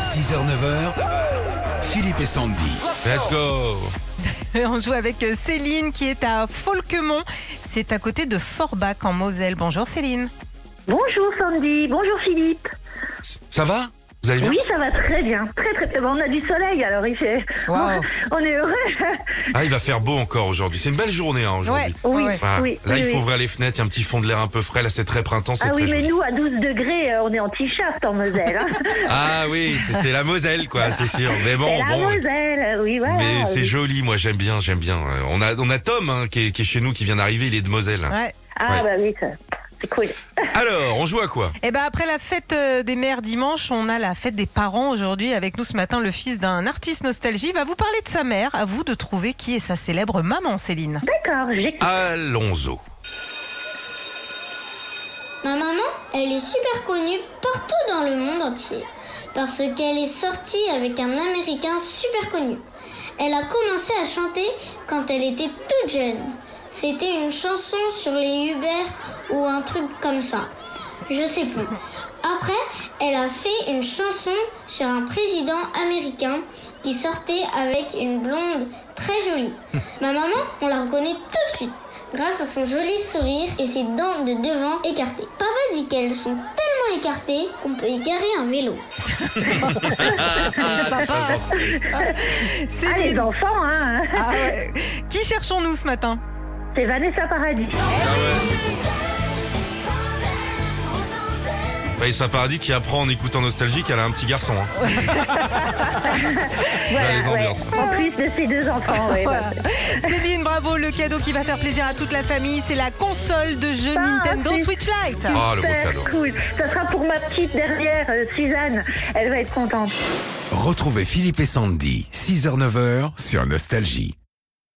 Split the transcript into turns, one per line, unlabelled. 6h-9h, Philippe et Sandy.
Let's go
On joue avec Céline qui est à Folquemont. C'est à côté de Forbach en Moselle. Bonjour Céline.
Bonjour Sandy, bonjour Philippe.
Ça va Vous allez bien
Oui, ça va très bien, très très très bien. On a du soleil, alors il fait.
Waouh.
On est heureux.
Ah, il va faire beau encore aujourd'hui. C'est une belle journée hein, aujourd'hui.
Ouais.
Oui,
ouais.
Voilà.
oui.
Là,
oui,
il faut
oui.
ouvrir les fenêtres, il y a un petit fond de l'air un peu frais. Là, c'est très printemps, c'est
Ah
très
oui, mais
joli.
nous, à 12 degrés, euh, on est en t-shirt en Moselle. hein.
Ah oui, c'est- c'est la Moselle, quoi, c'est sûr. Mais
C'est
bon,
la
Oh, bon.
Moselle, oui, voilà.
Mais c'est
oui.
joli, moi j'aime bien, j'aime bien. Euh, On a, on a Tom hein, qui, est, qui est chez nous, qui vient d'arriver, il est de Moselle.
Ouais.
Ah
ouais.
bah oui, ça, c'est cool.
Alors, on joue à quoi
Et ben après la fête euh, des mères dimanche, on a la fête des parents aujourd'hui. Avec nous ce matin, le fils d'un artiste nostalgie va vous parler de sa mère. À vous de trouver qui est sa célèbre maman, Céline.
D'accord, j'ai.
Ah. Alonso.
Ma maman, elle est super connue partout dans le monde entier parce qu'elle est sortie avec un Américain super connu. Elle a commencé à chanter quand elle était toute jeune. C'était une chanson sur les Uber ou un truc comme ça. Je sais plus. Après, elle a fait une chanson sur un président américain qui sortait avec une blonde très jolie. Ma maman, on la reconnaît tout de suite grâce à son joli sourire et ses dents de devant écartées. Papa dit qu'elles sont tellement écartées qu'on peut y garer un vélo.
Papa.
Ah, les
Céline.
enfants, hein. hein.
Ah ouais. Qui cherchons-nous ce matin
C'est Vanessa Paradis.
Ah, Vanessa Paradis qui apprend en écoutant Nostalgie qu'elle a un petit garçon. hein. Là, les
Ouais,
ambiances.
Eh, En plus de ses deux enfants, ouais.
Voilà. Céline, bravo. Le cadeau qui va faire plaisir à toute la famille, c'est la console de jeu
Ah,
Nintendo
c'est-
Switch Lite.
Ah, le
Super
beau cadeau.
cool. Ça sera pour ma petite derrière, euh, Suzanne. Elle va être contente.
Retrouvez Philippe et Sandy, 6h-9h, sur Nostalgie.